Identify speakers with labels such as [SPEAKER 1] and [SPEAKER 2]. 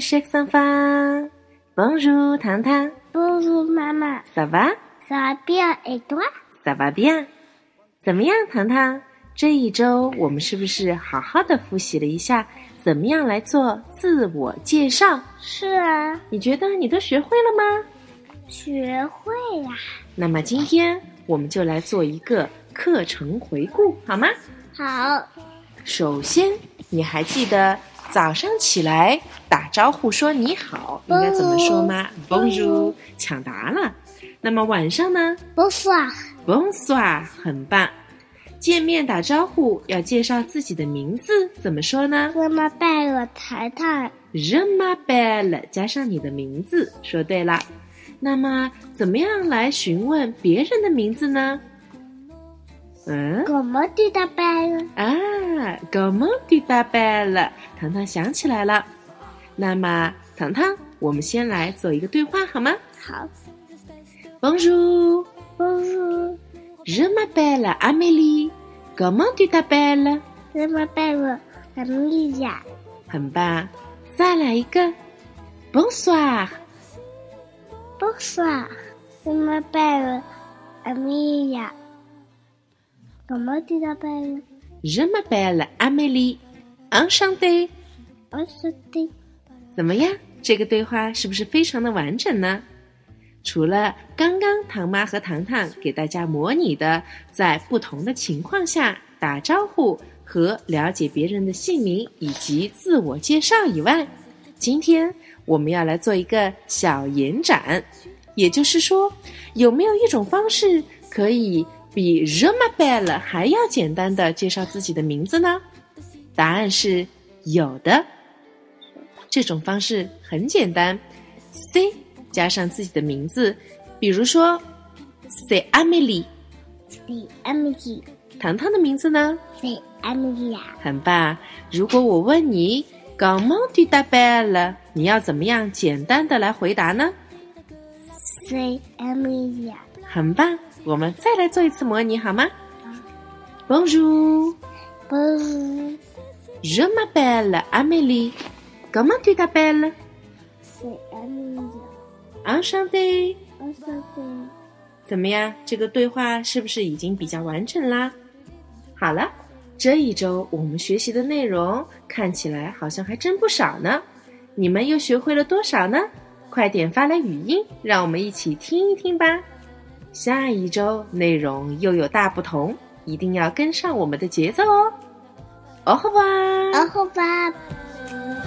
[SPEAKER 1] shake some fun. Bonjour, Tantan.
[SPEAKER 2] Bonjour maman,
[SPEAKER 1] Ça va?
[SPEAKER 2] ça va bien et toi
[SPEAKER 1] Ça va bien? 怎么样，糖糖？这一周我们是不是好好的复习了一下怎么样来做自我介绍？
[SPEAKER 2] 是啊，
[SPEAKER 1] 你觉得你都学会了吗？
[SPEAKER 2] 学会啦。
[SPEAKER 1] 那么今天我们就来做一个课程回顾，好吗？
[SPEAKER 2] 好，
[SPEAKER 1] 首先，你还记得早上起来打招呼说你好应该怎么说吗
[SPEAKER 2] Bonjour
[SPEAKER 1] ？Bonjour，抢答了。那么晚上呢
[SPEAKER 2] 不错，
[SPEAKER 1] ？Bonsoir，很棒。见面打招呼要介绍自己的名字，怎么说呢
[SPEAKER 2] 这么拜我谈谈。
[SPEAKER 1] ？Je m'appelle 加上你的名字，说对了。那么怎么样来询问别人的名字呢？嗯，
[SPEAKER 2] 怎么对他拜了？
[SPEAKER 1] 啊，Como d 大 d a b 了，糖糖想起来了。那么，糖糖，我们先来做一个对话好吗
[SPEAKER 2] 好，
[SPEAKER 1] ？Bonjour，je
[SPEAKER 2] 不是
[SPEAKER 1] m'appelle Amélie。Comment tu t'appelles？
[SPEAKER 2] 这么拜我咱们一家。
[SPEAKER 1] 很棒，再来一个。Bonsoir，
[SPEAKER 2] 不错，这么拜我咱们一家。怎么对他拜了？
[SPEAKER 1] Je m'appelle Amélie。Enchanté，
[SPEAKER 2] 我说的，
[SPEAKER 1] 怎么样？这个对话是不是非常的完整呢？除了刚刚唐妈和糖糖给大家模拟的，在不同的情况下打招呼和了解别人的姓名以及自我介绍以外，今天我们要来做一个小延展，也就是说，有没有一种方式可以比 r e m a b e l 还要简单的介绍自己的名字呢？答案是有的。这种方式很简单，C 加上自己的名字，比如说 C Emily，
[SPEAKER 2] 谁阿米吉，
[SPEAKER 1] 糖糖的名字呢？
[SPEAKER 2] 谁阿米呀？
[SPEAKER 1] 很棒。如果我问你 Comment tu t'appelles？你要怎么样简单的来回答呢？
[SPEAKER 2] 谁阿米呀？
[SPEAKER 1] 很棒，我们再来做一次模拟好吗？Bonjour，je
[SPEAKER 2] 不是
[SPEAKER 1] m'appelle Amélie。Comment tu t'appelles？
[SPEAKER 2] 谁阿米呀？
[SPEAKER 1] Enchanté。
[SPEAKER 2] 我说的。
[SPEAKER 1] 怎么样？这个对话是不是已经比较完整啦？好了，这一周我们学习的内容看起来好像还真不少呢。你们又学会了多少呢？快点发来语音，让我们一起听一听吧。下一周内容又有大不同，一定要跟上我们的节奏哦。哦吼吧！
[SPEAKER 2] 然后吧，
[SPEAKER 3] 「